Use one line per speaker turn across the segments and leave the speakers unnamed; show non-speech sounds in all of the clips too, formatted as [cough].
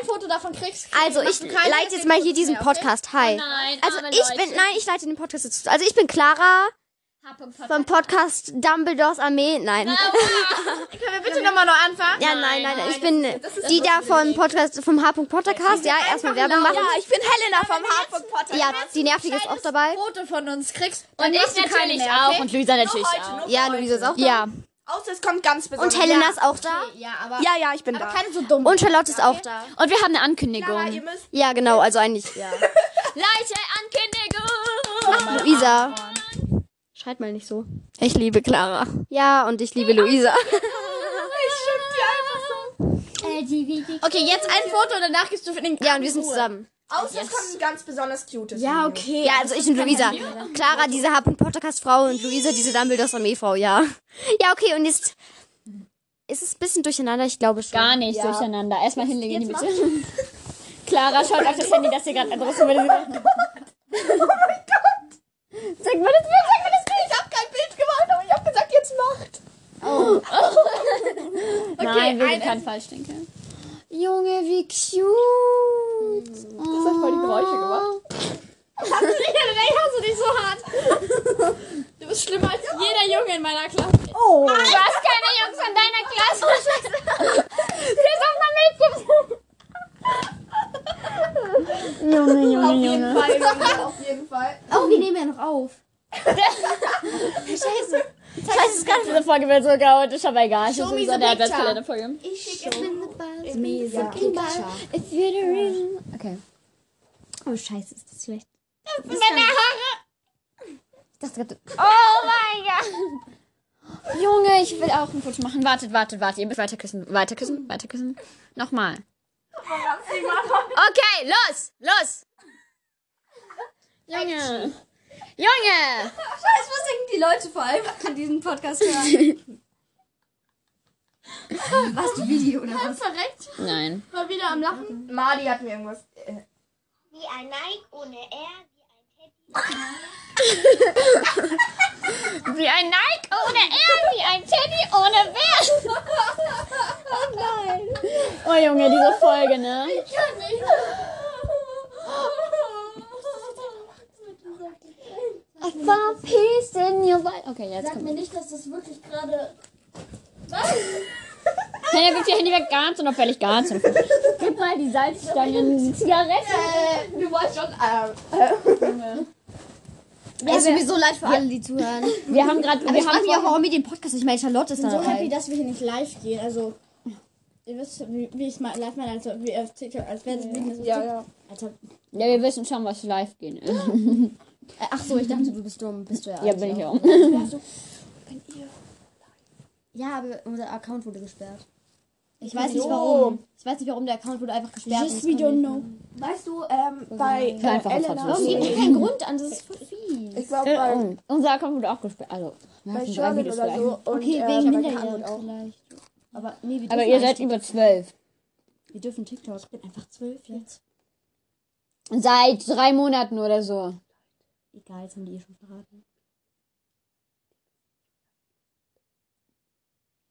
Also du davon kriegst.
Also
machst
ich
du keine
leite jetzt
deswegen
mal hier
kriegst du
diesen
mehr, okay?
Podcast. Hi.
Oh Nein,
Also
arme
ich bin,
Leute.
nein, ich leite den Podcast jetzt. Also ich bin Clara
Hab-
vom Podcast Dumbledores Armee. Nein.
Können wir bitte nochmal noch anfangen?
Ja, nein, nein, nein. Ich bin die da vom Podcast, vom H-Punkt Podcast. Ja, erstmal Werbung machen.
Ja, ich bin Helena vom Hartburg Potter.
Ja, die Nervige ist auch dabei.
Foto von uns kriegst.
Und
dann
ich
machst du keine
natürlich
mehr,
auch.
okay?
Und Luisa natürlich
heute,
auch.
nur
Ja,
heute.
Luisa ist auch da.
Ja.
Außer es kommt ganz
Und
besonders.
Helena ist auch da.
Ja, aber,
Ja, ja, ich bin
aber
da.
keine so dumm.
Und Charlotte ist auch da.
Und wir haben eine
Clara, ihr
Ankündigung.
müsst
Ja, genau, also eigentlich. Ja.
Leute, Ankündigung!
Luisa. Schreit mal nicht so. Ich liebe Clara. Ja, und ich liebe Luisa.
Okay, jetzt ein Foto, danach gehst du für den
Ja, und wir sind zusammen.
Außer es kommt ein ganz besonders cutes.
Ja, okay.
Ja, also ich und Luisa. Clara, diese H. Podcast Frau und Luisa, diese Dumbledores Armeefrau, ja. Ja, okay, und jetzt ist es ein bisschen durcheinander, ich glaube schon.
Gar nicht durcheinander. Erstmal hinlegen, bitte. [laughs] Clara schaut auf das Handy, dass ihr gerade groß über die
Sag mir das Bild, sag mir das Bild. Ich hab kein Bild gemacht, aber ich hab gesagt, jetzt macht.
[laughs] Nein, wir sind kein Falschdenker.
Junge, wie cute.
Das hat voll die Geräusche gemacht.
Du bist schlimmer als jeder.
Jeder Junge in meiner Klasse.
Oh.
Du hast keine Jungs in deiner Klasse.
[laughs] Oh,
Auf jeden Fall. [laughs] Auf jeden Fall.
Oh, wir nehmen ja noch auf. Scheiße.
Scheiße, diese Folge wird so chaotisch, aber egal. Ich
Show me
bin
the
so der
picture.
Adventskalender Folge.
Ich schicke in the bus.
Ja.
If you're the reason. Okay. Oh, scheiße, ist das schlecht. Das gibt
Junge, ich will auch ein Foto machen. Wartet, wartet, wartet. Ihr müsst weiter küssen, weiter küssen, weiter küssen. Nochmal. Okay, los, los. Junge. Junge.
Scheiße, was denken die Leute vor allem an diesem Podcast hören?
[laughs]
was die Video oder was?
Verreckt.
Nein.
Mal wieder am Lachen.
Mali hat mir irgendwas. äh,
Wie ein Nike ohne R, wie ein
Wie ein Nike ohne R, wie ein Teddy ohne W. Oh nein. Oh Junge, diese Folge, ne?
Ich kann nicht.
I found peace in your life. Okay, jetzt kommt.
nicht, dass das wirklich gerade.
Henny wirkt ihr Handy weg ganz unauffällig, ganz unauffällig. Gib mal die Salzstangen, die Zigaretten.
Äh, du wolltest schon. Äh,
Ja, ist sowieso leid für alle, die [laughs] zuhören.
Wir haben gerade, wir haben
ja,
vorhin-
warum ihr den Podcast Ich meine, Charlotte ist da
So happy, dass wir hier nicht live gehen. Also. Ihr wisst, wie, wie ich mal live meine, also wie auf TikTok, als wäre es
ja, ja.
Ja, wir wissen schon, was live gehen ist.
Ach so, ich dachte, du bist dumm. Bist du ja.
Ja, bin ich auch.
Ja, aber unser Account wurde gesperrt. Ich weiß nicht warum. Ich weiß nicht warum, der Account wurde einfach gesperrt.
Just we don't know.
Weißt du, ähm, bei
Für
äh,
einfache
Elena.
Fotos.
Irgendwie keinen Grund an, das ist voll fies.
Ich
Mhm.
glaube,
Äh, [laughs]
bei,
Unser Account wurde auch gesperrt. Also, wir
bei
hatten drei
Charlotte
Videos
oder
gleich.
so. Und,
Okay,
äh, bei
wegen
Carmen
Minderjährigen
auch.
vielleicht. Aber nee, wir
Aber
dürfen
ihr seid
eigentlich-
über zwölf.
Wir dürfen TikTok. Ich bin einfach zwölf jetzt.
Seit drei Monaten oder so.
Egal, jetzt haben die eh schon verraten.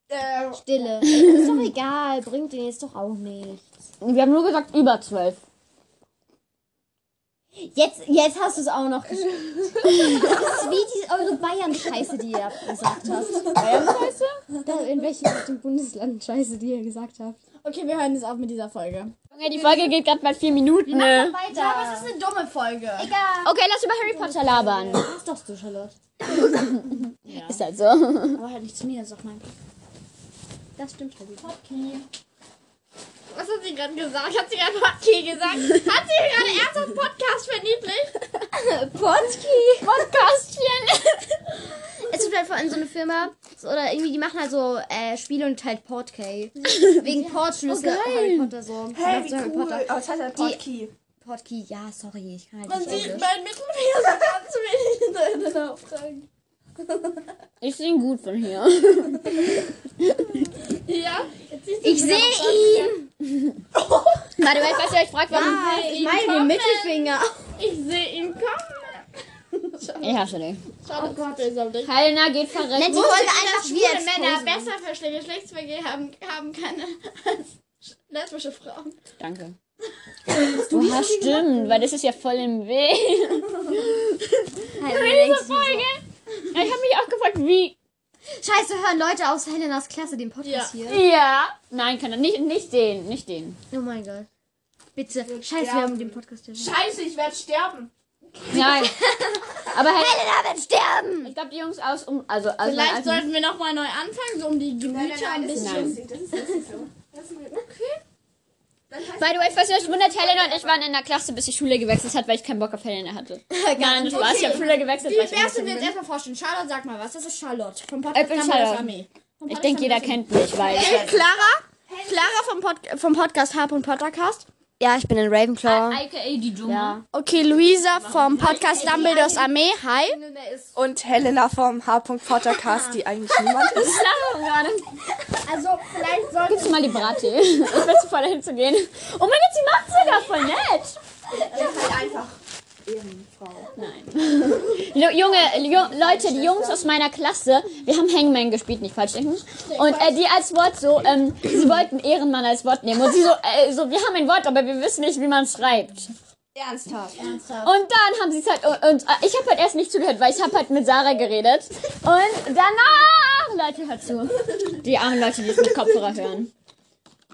Äh,
[laughs] Stille. ist doch egal, bringt den jetzt doch auch nichts.
Und wir haben nur gesagt über zwölf.
Jetzt, jetzt hast du es auch noch geschafft. Das ist wie die, eure Bayern-Scheiße, die ihr gesagt habt.
Weißt du?
Da, in welchem Bundesland Scheiße, die ihr gesagt habt.
Okay, wir hören jetzt auf mit dieser Folge.
Junge, die Folge geht gerade bei vier Minuten. Ne?
Weiter.
Ja, aber es ist eine dumme Folge.
Okay, lass über Harry Potter labern.
Was doch du, Charlotte?
Ist halt so.
Aber halt nicht zu mir, das ist auch mein
Das stimmt halt schon wieder.
Was hat sie gerade gesagt? Hat sie gerade Podki gesagt? Hat sie gerade ernsthaft Podcast verniedlicht?
Podski!
Podcastchen.
Es gibt halt vor allem so eine Firma, so, oder irgendwie, die machen halt so äh, Spiele und halt Portkey. Wegen Portschlüssel. Oh, Harry Potter so.
hey,
Zu Harry
wie cool.
Potter.
Oh, das heißt halt
Die-
Podkey.
Portkey, ja, sorry, ich kann halt
Man
nicht
sieht
Englisch.
mein Mittelfinger ganz wenig in deinen Auftragen.
Ich sing gut von hier.
Ja, jetzt siehst du
Ich sehe ihn!
By the way, falls ihr euch fragt, warum.
Ich meine den Mittelfinger.
Ich sehe ihn kommen.
Ich hasse dich.
Schau, oh Gott, ist auf dich.
Helena geht verrecken.
Nennt die Folge einfach
Schwule
wir
Männer
exposen.
besser verstehen. Geschlechtsverkehr haben, haben keine als lesbische Frauen.
Danke. Oha, stimmt, weil das ist ja voll im Weg. Ja, Ich habe mich auch gefragt, wie.
Scheiße, hören Leute aus Helenas Klasse den Podcast hier.
Ja. Nein, kann er nicht, nicht den, nicht den.
Oh mein Gott. Bitte. Scheiße, wir haben den Podcast hier.
Scheiße, ich werde sterben.
[laughs] Nein. Aber halt,
Helena wird sterben!
ich glaube, die Jungs aus, um, also, also,
Vielleicht
also
sollten wir nochmal neu anfangen, so um die Gemüter ein
das
bisschen.
ist lustig. Das ist lustig so. Das ist okay. Dann heißt
By the way, falls ihr euch wundert, Helena und ich waren in der Klasse, bis die Schule gewechselt hat, weil ich keinen Bock auf Helena hatte. Nein, das war's. Ich habe Schule gewechselt, weil
Die
ich ein
erste
bisschen
wird jetzt
bin.
erstmal vorstellen. Charlotte, sag mal was. Das ist Charlotte. Vom
Ich bin
Podcast
Charlotte.
Armee. Vom
Ich
Podcast
denke, jeder
Hamburgers
kennt mich, weil
Armee. Äh, Clara? Clara vom, Pod vom Podcast Harp und Podcast.
Ja, ich bin in Ravenclaw.
AKA die Dumme. [laughs] Ja.
Okay, Luisa vom Podcast Dumbledores Armee. Hi.
Und Helena vom H-Punkt Podcast, die eigentlich niemand ist.
Lachen gerade.
Also, vielleicht sollten
Gibst du mal die Bratte? [laughs] Ich bin zu voll dahin zu gehen. Oh mein Gott, sie macht's sogar voll nett.
halt
[laughs] Ju- Junge, Ju- Leute, die Jungs aus meiner Klasse, wir haben Hangman gespielt, nicht falsch denken. Und äh, die als Wort so, ähm, sie wollten Ehrenmann als Wort nehmen. Und sie so, äh, so, wir haben ein Wort, aber wir wissen nicht, wie man schreibt.
Ernsthaft.
Und dann haben sie es halt, und, und äh, ich habe halt erst nicht zugehört, weil ich habe halt mit Sarah geredet. Und danach, Leute, hört zu. Die armen Leute, die es mit Kopfhörer hören.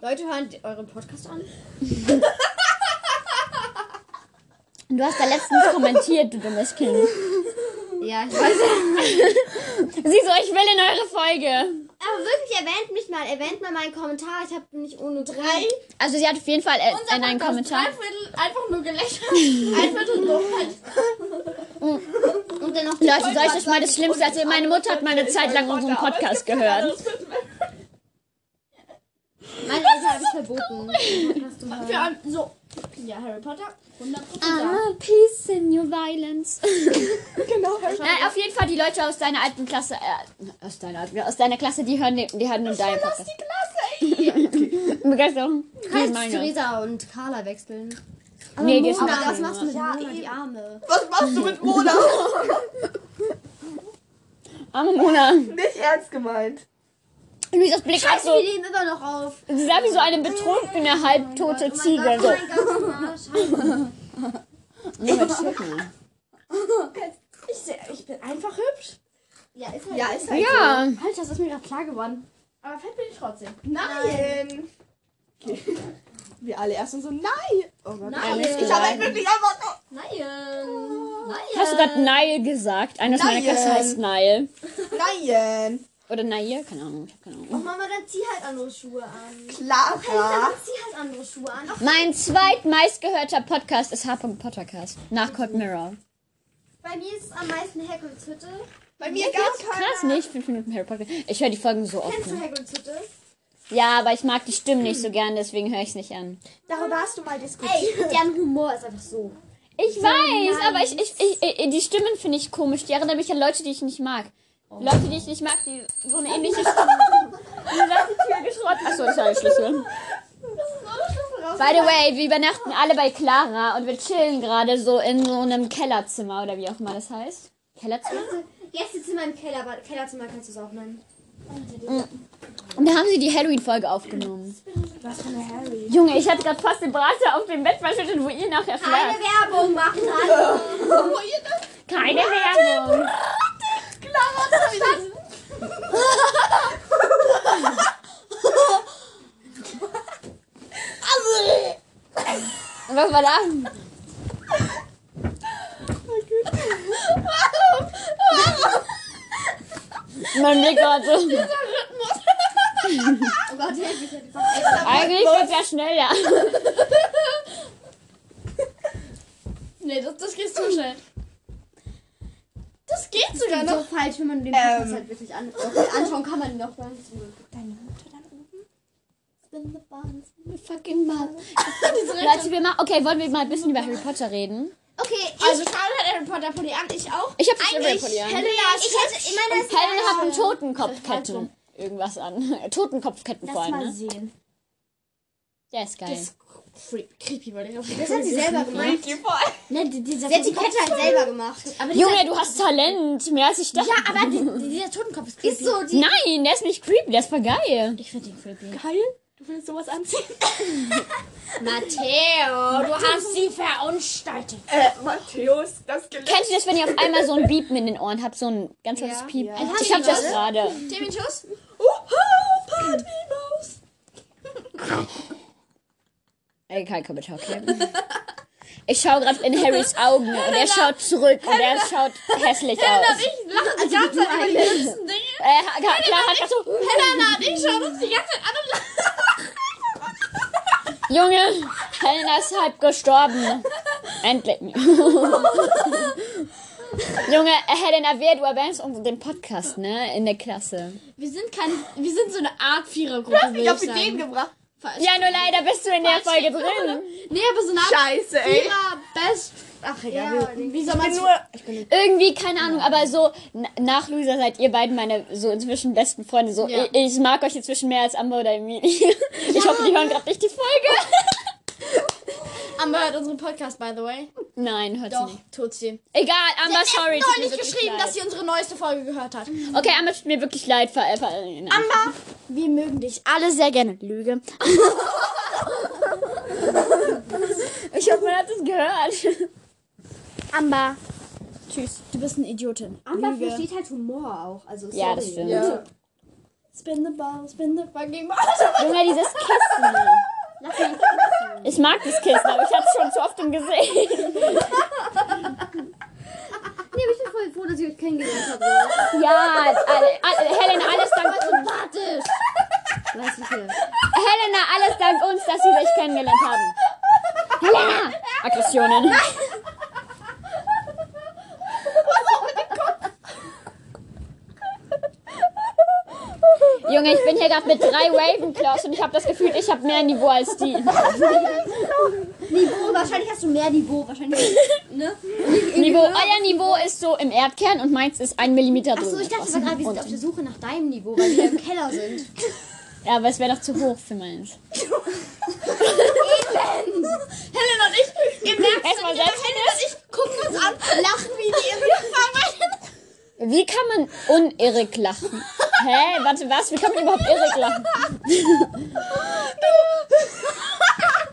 Leute hören euren Podcast an.
Und du hast da letztens kommentiert, du dummes Kind.
Ja, ich [laughs] weiß.
Sie so, ich will in eure Folge.
Aber wirklich, erwähnt mich mal. Erwähnt mal meinen Kommentar. Ich habe nicht ohne drei.
Also sie hat auf jeden Fall äh,
Unser
in einen
Podcast,
Kommentar.
Drei Viertel einfach nur gelächelt. Ein Viertel Dummheit.
Und dann noch die
Leute, soll ich euch mal das Schlimmste erzählen? Meine Mutter hat mal eine Zeit lang unseren Podcast gehört.
Meine Eltern haben es halt verboten.
Für ein,
ähm,
so. Ja, Harry Potter. 100%.
Ah, peace in your [laughs] violence.
Genau, Helena.
Nein, auf jeden Fall die Leute aus deiner alten Klasse, äh, aus deiner alten, aus deiner Klasse, die hören, den- die hören nur deinen Podcast. [laughs] Begeisterung. Die
Kannst
meine.
Theresa und Carla wechseln.
Nee, die ist
Aber
nicht
was
drin.
machst du mit ja, Mona, die Arme?
Was machst du mit Mona? [laughs]
Arme Mona.
Nicht ernst gemeint.
Luisas Blick hat
Scheiße,
so,
wir nehmen immer noch auf. Oh
sie sah wie so eine betrunkene, halbtote Ziege. So.
Mein Gott, Mona,
Ich, seh- ich bin einfach hübsch.
Ja, ist
Ja, ist halt
Ja.
Alter, das ist mir gerade klar geworden.
Aber fett bin ich trotzdem.
Nein. Wir alle erst so, nein. Oh Gott.
Nein.
Ich habe halt wirklich einfach so.
Nein.
Hast du gerade Nile gesagt? Einer aus meiner
Nile.
Klasse heißt Nile.
Nein.
Oder Nair? Keine Ahnung, ich hab keine Ahnung.
Mama, dann zieh halt andere Schuhe an.
Clara.
Zieh halt andere Schuhe an.
Mein zweitmeistgehörter Podcast ist Harp und Podcast. Nach Cold Mirror.
Bei mir ist es am meisten Hagrids Hütte.
Bei mir gab es
Krass, nicht? 5 Minuten Harry Potter. Ich höre die Folgen so oft.
Kennst du
Ne?
Hagrids Hütte?
Ja, aber ich mag die Stimmen nicht so gern, deswegen höre ich es nicht an.
Darüber hast du mal diskutiert.
Ey, [laughs] deren Humor ist einfach so.
Ich weiß, aber ich, ich, ich, ich, die Stimmen finde ich komisch. Die erinnern mich an Leute, die ich nicht mag. Leute, die ich nicht mag, die so eine ähnliche Stimme. Die lassen die Tür geschrottet. Achso, das war der Schlüssel. By the way, wir übernachten alle bei Clara und wir chillen gerade so in so einem Kellerzimmer oder wie auch immer das heißt. Kellerzimmer?
Gästezimmer im Keller, aber Kellerzimmer kannst du es auch nennen.
Und da haben sie die Halloween-Folge aufgenommen. Was für eine Halloween? Junge, ich hatte gerade fast den Brater auf dem Bett verschüttet, wo ihr nachher
Keine
flattert.
Werbung machen, hallo.
Keine Werbung.
Also,
Was war das? mein Blick war so.
[laughs]
[laughs]
Oh
Eigentlich wird ja schneller.
Nee, das, das geht zu schnell. Das geht sogar
Das ist
noch.
so falsch, wenn man den
Ähm.
Podcast halt wirklich an okay, anschauen kann man ihn auch gar nicht so gut.
Leute, wir machen. Okay, wollen wir mal ein bisschen über Harry Potter reden?
Okay, ich,
Also Charlotte hat Harry Potter Pulli an, ich auch.
Ich habe das
eigentlich,
Helena
Helena, ich hätte immer das
hat einen Totenkopfketten. Irgendwas an. [laughs] Totenkopfketten vor
Lass
allem,
mal
ne?
sehen.
Der ist geil.
Das ist creep- creepy, wollte ich auch
Das hat sie selber gemacht. Ne, die, dieser sie hat die Kette halt selber gemacht. Aber dieser,
Junge, du hast Talent. Mehr als ich dachte.
ja, aber die,
Dieser Totenkopf ist
die ist so die.
Nein, der ist nicht creepy, der ist voll geil.
Ich finde ihn creepy.
Geil. Du
Willst du was anziehen?
Matteo, du hast sie verunstaltet.
Äh, Matthäus, das Gelände.
Kennst du das, wenn ihr auf einmal so ein Piepen in den Ohren habt? So ein ganz lautes
Ja.
Piepen.
Also
Ja.
Ich hab das gerade.
Timmy Schuss?
Oha, Partymaus.
Ey, kein Kommentar, okay. Ich schau gerade in Harrys Augen und er schaut zurück und er schaut hässlich aus.
Ich lache die ganze Zeit über die ganzen Dinge.
Äh, ha- klar, klar, hat grad so.
Helena und ich schauen uns die ganze Zeit an und lachen.
Junge, Helena ist halb gestorben. Endlich. [laughs] Junge, äh, Helena Wehr, du erwähnst irgendwo den Podcast, ne? In der Klasse.
Wir sind keine, wir sind so eine Art Vierergruppe, würde
Ich hab
ich
die Ideen
sagen.
gebracht.
Ja, nur leider bist du in der Folge drin.
Nee, aber so eine Art
Scheiße, ey.
Vierer, Best... Ach, egal. wie, wie soll
Ich bin
man's...
nur
Irgendwie, keine Ahnung, aber so n- nach Luisa seid ihr beiden meine so inzwischen besten Freunde. So,
Ja.
ich, ich mag euch inzwischen mehr als Amber oder Emilie. [laughs] Ich hoffe, die hören gerade nicht die Folge.
Amber hört unseren
Äh,
Podcast, by the way.
Nein, hört sie
Doch,
nicht.
tut sie.
Egal, Amber, sorry. tut mir
Neulich
wirklich
geschrieben,
leid.
dass sie unsere neueste Folge gehört hat.
Okay, Amber, tut mir wirklich leid. Ver ver Amber.
Wir mögen dich alle sehr gerne. Lüge.
Ich hoffe, man hat es gehört. [laughs]
Amber.
Tschüss, du bist eine Idiotin.
Amber versteht halt Humor auch. Also, sorry.
Ja, das stimmt.
Spin the ball, spin the fucking ball. [laughs]
Junge, dieses Kissen.
Lass mich nicht
Ich mag das Kissen, aber ich hab's schon zu oft im Gesicht.
Nee, aber ich bin voll froh, dass ich euch kennengelernt [laughs] habe.
Ja, [laughs] alle, alle, Helena, alles dank uns.
Sympathisch. Weiß ich hier.
Helena, alles dank uns, dass sie sich kennengelernt haben. Helena! Aggressionen. Junge, ich bin hier gerade mit drei Ravenclaws und ich habe das Gefühl, ich habe mehr Niveau als die.
Niveau, wahrscheinlich hast du mehr Niveau. Wahrscheinlich. Ne?
Niveau, euer Niveau ist so im Erdkern und meins ist ein Millimeter drüber.
Achso, ich dachte, wir gerade, wir sind auf der Suche nach deinem Niveau, weil wir im Keller sind.
Ja, aber es wäre doch zu hoch für meins.
Helen und ich, ihr merkt es,
Erstmal selbst.
ich gucken uns an, lachen wie die irre Farbe.
Wie kann man unirrig lachen? Hä? Warte, was? Wie kann man überhaupt irrig lachen?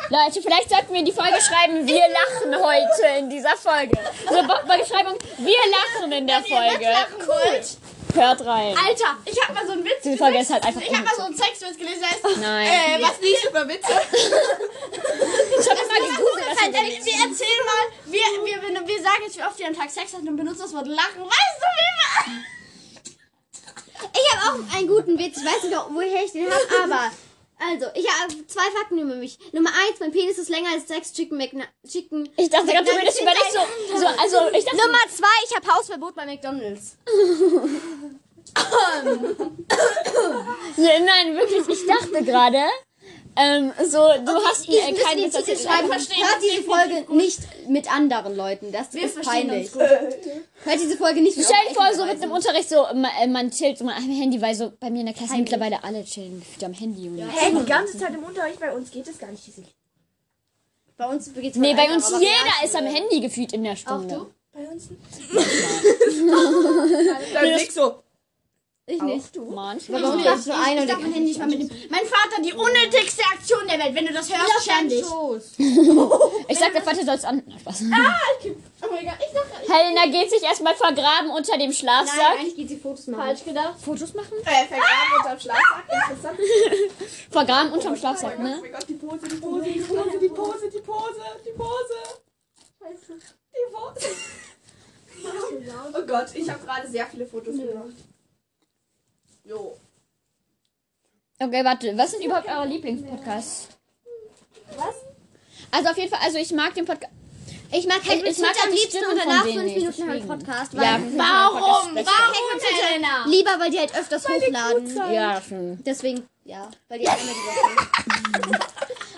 Leute, vielleicht sollten wir in die Folge schreiben, wir lachen heute in dieser Folge. So, Be- Be- Beschreibung, wir lachen in der Folge.
Lachen Also, wollt.
Hört rein.
Alter, ich hab mal so einen Witz
Diese Folge ist halt einfach
Ich hab mal so einen Sexwitz gelesen, der ist,
Nein.
Äh, was liest du über Witze?
Ich hab immer gegoogelt, was
Halt,
wir
ehrlich, wir erzählen mal, wir, wir, wir, wir sagen jetzt, wie oft wir am Tag Sex hatten und benutzen das Wort lachen. Weißt du, wie wir...
Ich habe auch einen guten Witz. Ich weiß nicht, auch, woher ich den habe, aber. Also, ich habe zwei Fakten über mich. Nummer eins, mein Penis ist länger als sechs Chicken McNa Chicken.
Ich dachte gerade, du redest über dich so, so. Also, ich dachte,
Nummer zwei, ich habe Hausverbot bei McDonalds.
Ja, nein, wirklich, ich dachte gerade, ähm, so, du hast mir äh,
Ich muss
keinen
den
Witz
Titel
erzählt.
schreiben.
verstehen
Hört diese Folge nicht mit anderen Leuten. Das
Wir
ist
verstehen
peinlich.
uns gut.
Hört diese Folge nicht mit
Stell dir vor, so mit dem Unterricht, so, ma- äh, man chillt so mal am Handy, weil so bei mir in der Klasse mittlerweile alle chillen gefühlt am Handy. Und
Hey, die ganze Zeit im Unterricht bei uns geht es gar nicht. Diese
Bei uns geht's
Nee, bei
einfach,
uns
aber wir
jeder ist am Handy gefühlt in der Stunde.
du?
bei uns. Dann nix so.
Ich nicht.
Manchmal.
Bei uns darfst nur einer.
Ich darf mein Handy nicht mal mitnehmen. Mein Vater, die unnötigste Aktion der Welt. Wenn du das hörst, schäm dich.
Ich sag, der Vater soll's an. Na, Spaß.
Oh mein Gott, ich dachte,
Helena geht sich erstmal vergraben unter dem
Nein,
Schlafsack.
eigentlich geht sie Fotos machen.
falsch gedacht.
Fotos machen?
Äh, vergraben unterm Schlafsack. Interessant.
Vergraben unterm
Oh
Schlafsack,
Ah! mein
ne?
Gott, die Pose, die Pose, die Pose, die Pose, die Pose, die Pose. Die Pose. Oh Gott, ich habe gerade sehr viele Fotos gemacht. Jo.
Okay, warte. Was sind überhaupt eure Lieblingspodcasts? Was? Also auf jeden Fall, also ich mag den Podcast.
Ich mag
ich
Hagrid's
mag
Hütte am
die
liebsten
Stimme
und
von
danach
denen
fünf
nicht,
Minuten halt
deswegen.
Podcast. Weil
Ja,
Warum?
Podcast-
Warum, Helena?
Lieber, weil die halt öfters hochladen.
Ja, schon.
Deswegen, ja, weil die einmal die Woche.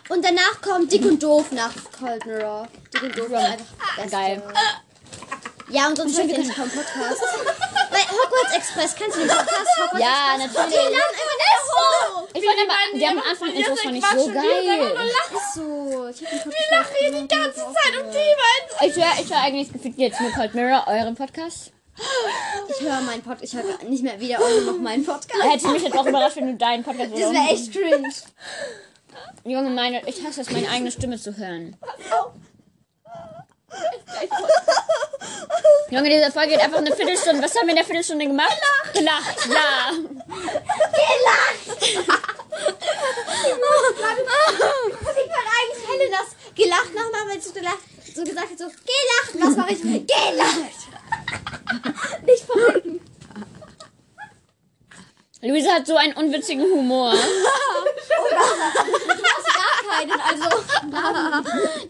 [laughs]
und danach kommt Dick und Doof nach Cold Mirror. Dick und Doof ist einfach beste.
Geil.
Ja, und sonst hören wir nicht vom [laughs] Podcast. Bei Hogwarts Express kannst du den Podcast Hogwarts
Ja,
Express.
natürlich.
Die ne? laden einfach hoch.
Ich fand aber, die haben am Anfang Intros noch nicht so geil.
Ist so. Ich hab den Podcast. Wir lachen hier die ganze Zeit
Zeit um die beiden.
Ich höre ich hör eigentlich gefühlt jetzt nur Cold Mirror, euren Podcast.
Ich höre meinen Podcast. Ich höre nicht mehr wieder auch noch [laughs] meinen Podcast.
Hätte mich jetzt auch überrascht, wenn du deinen Podcast
Das wäre echt cringe.
Junge, meine, ich hasse es, meine eigene Stimme zu hören. Junge, diese Folge geht einfach eine Viertelstunde. Was haben wir in der Viertelstunde gemacht? Gelacht. Gelacht, ja.
Ich wollte eigentlich Helenas gelacht nochmal, weil sie so gelacht, so gesagt hat, so gelacht. Was mache ich? Gelacht.
Luisa hat so einen unwitzigen Humor.
Keinen, also.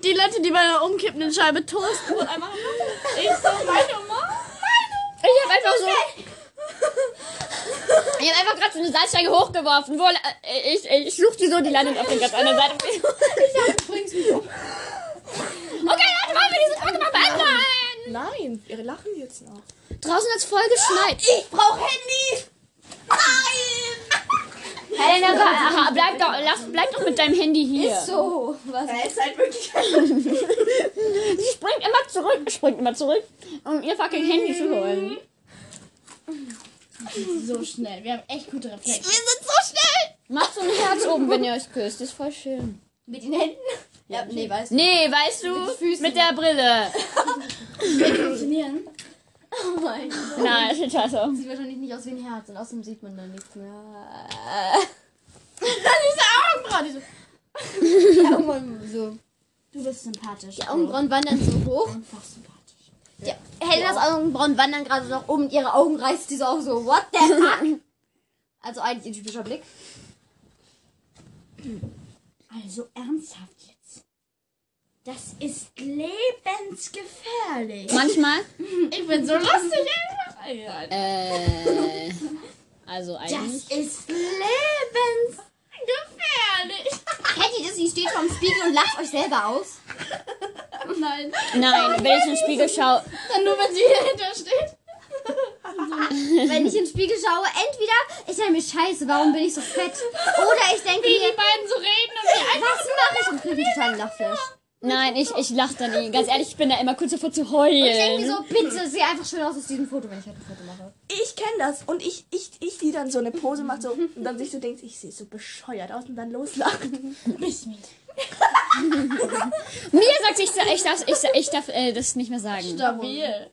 Die Leute, die bei einer umkippenden Scheibe Toast und einmal. Ich so, meine Mama.
Ich habe einfach so. Ich habe einfach gerade so eine Salzsteige hochgeworfen. Wo, äh, ich, ich schlug die so, die landet auf den ganz anderen [laughs] Seite. Okay, um. Leute, wollen wir diese Folge mal beenden?
Nein, wir lachen jetzt noch.
Draußen hat's voll
[laughs]
geschneit.
Ich brauch Handy!
Helena, aber, aha, bleib, doch, lass, bleib doch mit deinem Handy hier.
So, was?
Er ist halt wirklich.
Sie springt immer zurück, springt immer zurück, um ihr fucking Handy zu holen.
So schnell. Wir haben echt gute [laughs] Reflexe.
Macht so ein Herz oben, wenn ihr euch küsst. Ist voll schön.
Mit den Händen? Ja, nee, weißt du.
Nee, weißt du? Mit der Brille.
Funktionieren. Oh mein Gott.
Nein, das ist scheiße.
Sieht wahrscheinlich nicht aus wie ein Herz und außerdem sieht man da nichts mehr. [laughs] Diese Augenbrauen, die so.
Du bist sympathisch.
Die Augenbrauen wandern so hoch.
Einfach sympathisch.
Helenas Augenbrauen wandern gerade so nach oben. Ihre Augen reißt sie so auf, so, what the fuck? Also eigentlich ihr typischer Blick.
Also ernsthaft jetzt. Das ist lebensgefährlich.
Manchmal.
Ich bin so lustig einfach. Ja,
Äh. Also eigentlich.
Das ist lebensgefährlich.
Kennt ihr das? Sie steht vorm Spiegel und lacht euch selber aus.
Nein.
Nein, wenn ich in den Spiegel schaue.
Dann nur, wenn sie hier hinter steht.
Wenn ich in den Spiegel schaue, entweder ich denke mir, scheiße, warum bin ich so fett? Oder ich denke
Wie
mir,
die beiden so reden und die
was mache ich? Und kriege einen totalen Lachflash.
Nein, ich, ich lache dann nie. Ganz ehrlich, ich bin da immer kurz davor zu
Ich denke mir
heulen.
so, bitte, sieh einfach schön aus aus diesem Foto, wenn ich halt ein Foto mache.
Ich kenne das. Und ich, ich, ich, die dann so eine Pose macht so, und dann sich so denkt, ich sehe so bescheuert aus und dann loslachen.
mich mit.
Mir sagt sie, ich, sa- ich darf, ich, sa- ich darf äh, das nicht mehr sagen.
Stabil.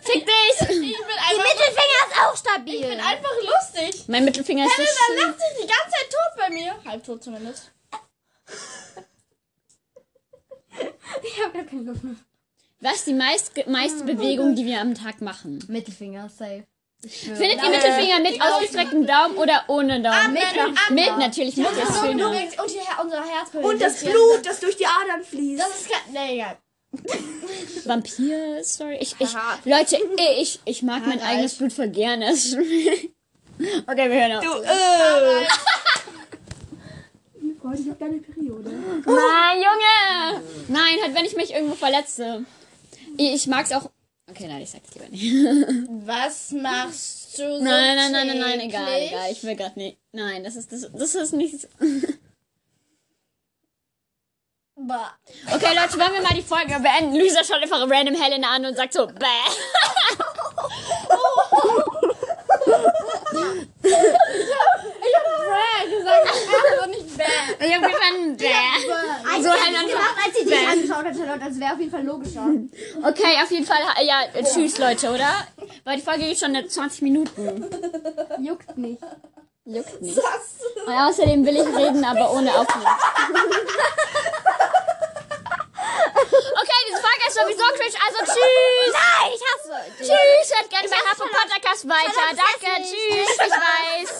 Fick dich!
Ich bin einfach,
Mittelfinger ist auch stabil.
bin einfach lustig.
Mein Mittelfinger ist so
Dann
schön.
lacht sich die ganze Zeit tot bei mir. Halbtot zumindest.
Was die meist, meiste Bewegung, die wir am Tag machen?
Mittelfinger, safe.
Äh,
Findet ihr Mittelfinger mit ausgestrecktem Daumen oder ohne Daumen? Mit, mit natürlich, mit ist
So,
schöner.
übrigens, und hier, unser Herz.
Und das Blut, [laughs] das durch die Adern fließt.
Das ist kein. Nee, egal.
Vampir, sorry. Ich, ich, Leute, ich, ich mag mein eigenes Blut voll gerne. [laughs] okay, wir hören auf.
Du, äh.
Nein, Junge! Nein, halt, wenn ich mich irgendwo verletze. Ich, ich mag's auch. Okay, nein, ich sag's lieber nicht. [laughs]
Was machst du so?
Nein, nein, nein, nein, nein, egal,
täglich?
egal. Ich will grad nicht. Nein, das ist, das, das ist nichts.
Bah.
Okay, Leute, wollen wir mal die Folge beenden? Luisa schaut einfach random Helena an und sagt so, bäh.
Aber nicht bad.
Ich hab gefunden, bäh.
Also,
So,
so
Helen,
gemacht, als sie dich angeschaut hat, Charlotte. Das wäre auf jeden Fall logischer.
Okay, auf jeden Fall, ja, tschüss, Leute, oder? Weil die Folge geht schon 20 Minuten.
Juckt nicht.
Juckt nicht. Und außerdem will ich reden, aber ohne Aufnahme. Okay, diese Folge ist sowieso cringe, also tschüss. Nein, ich hasse Tschüss, hört gerne bei Harpo Podcast weiter. Danke, tschüss, ich weiß.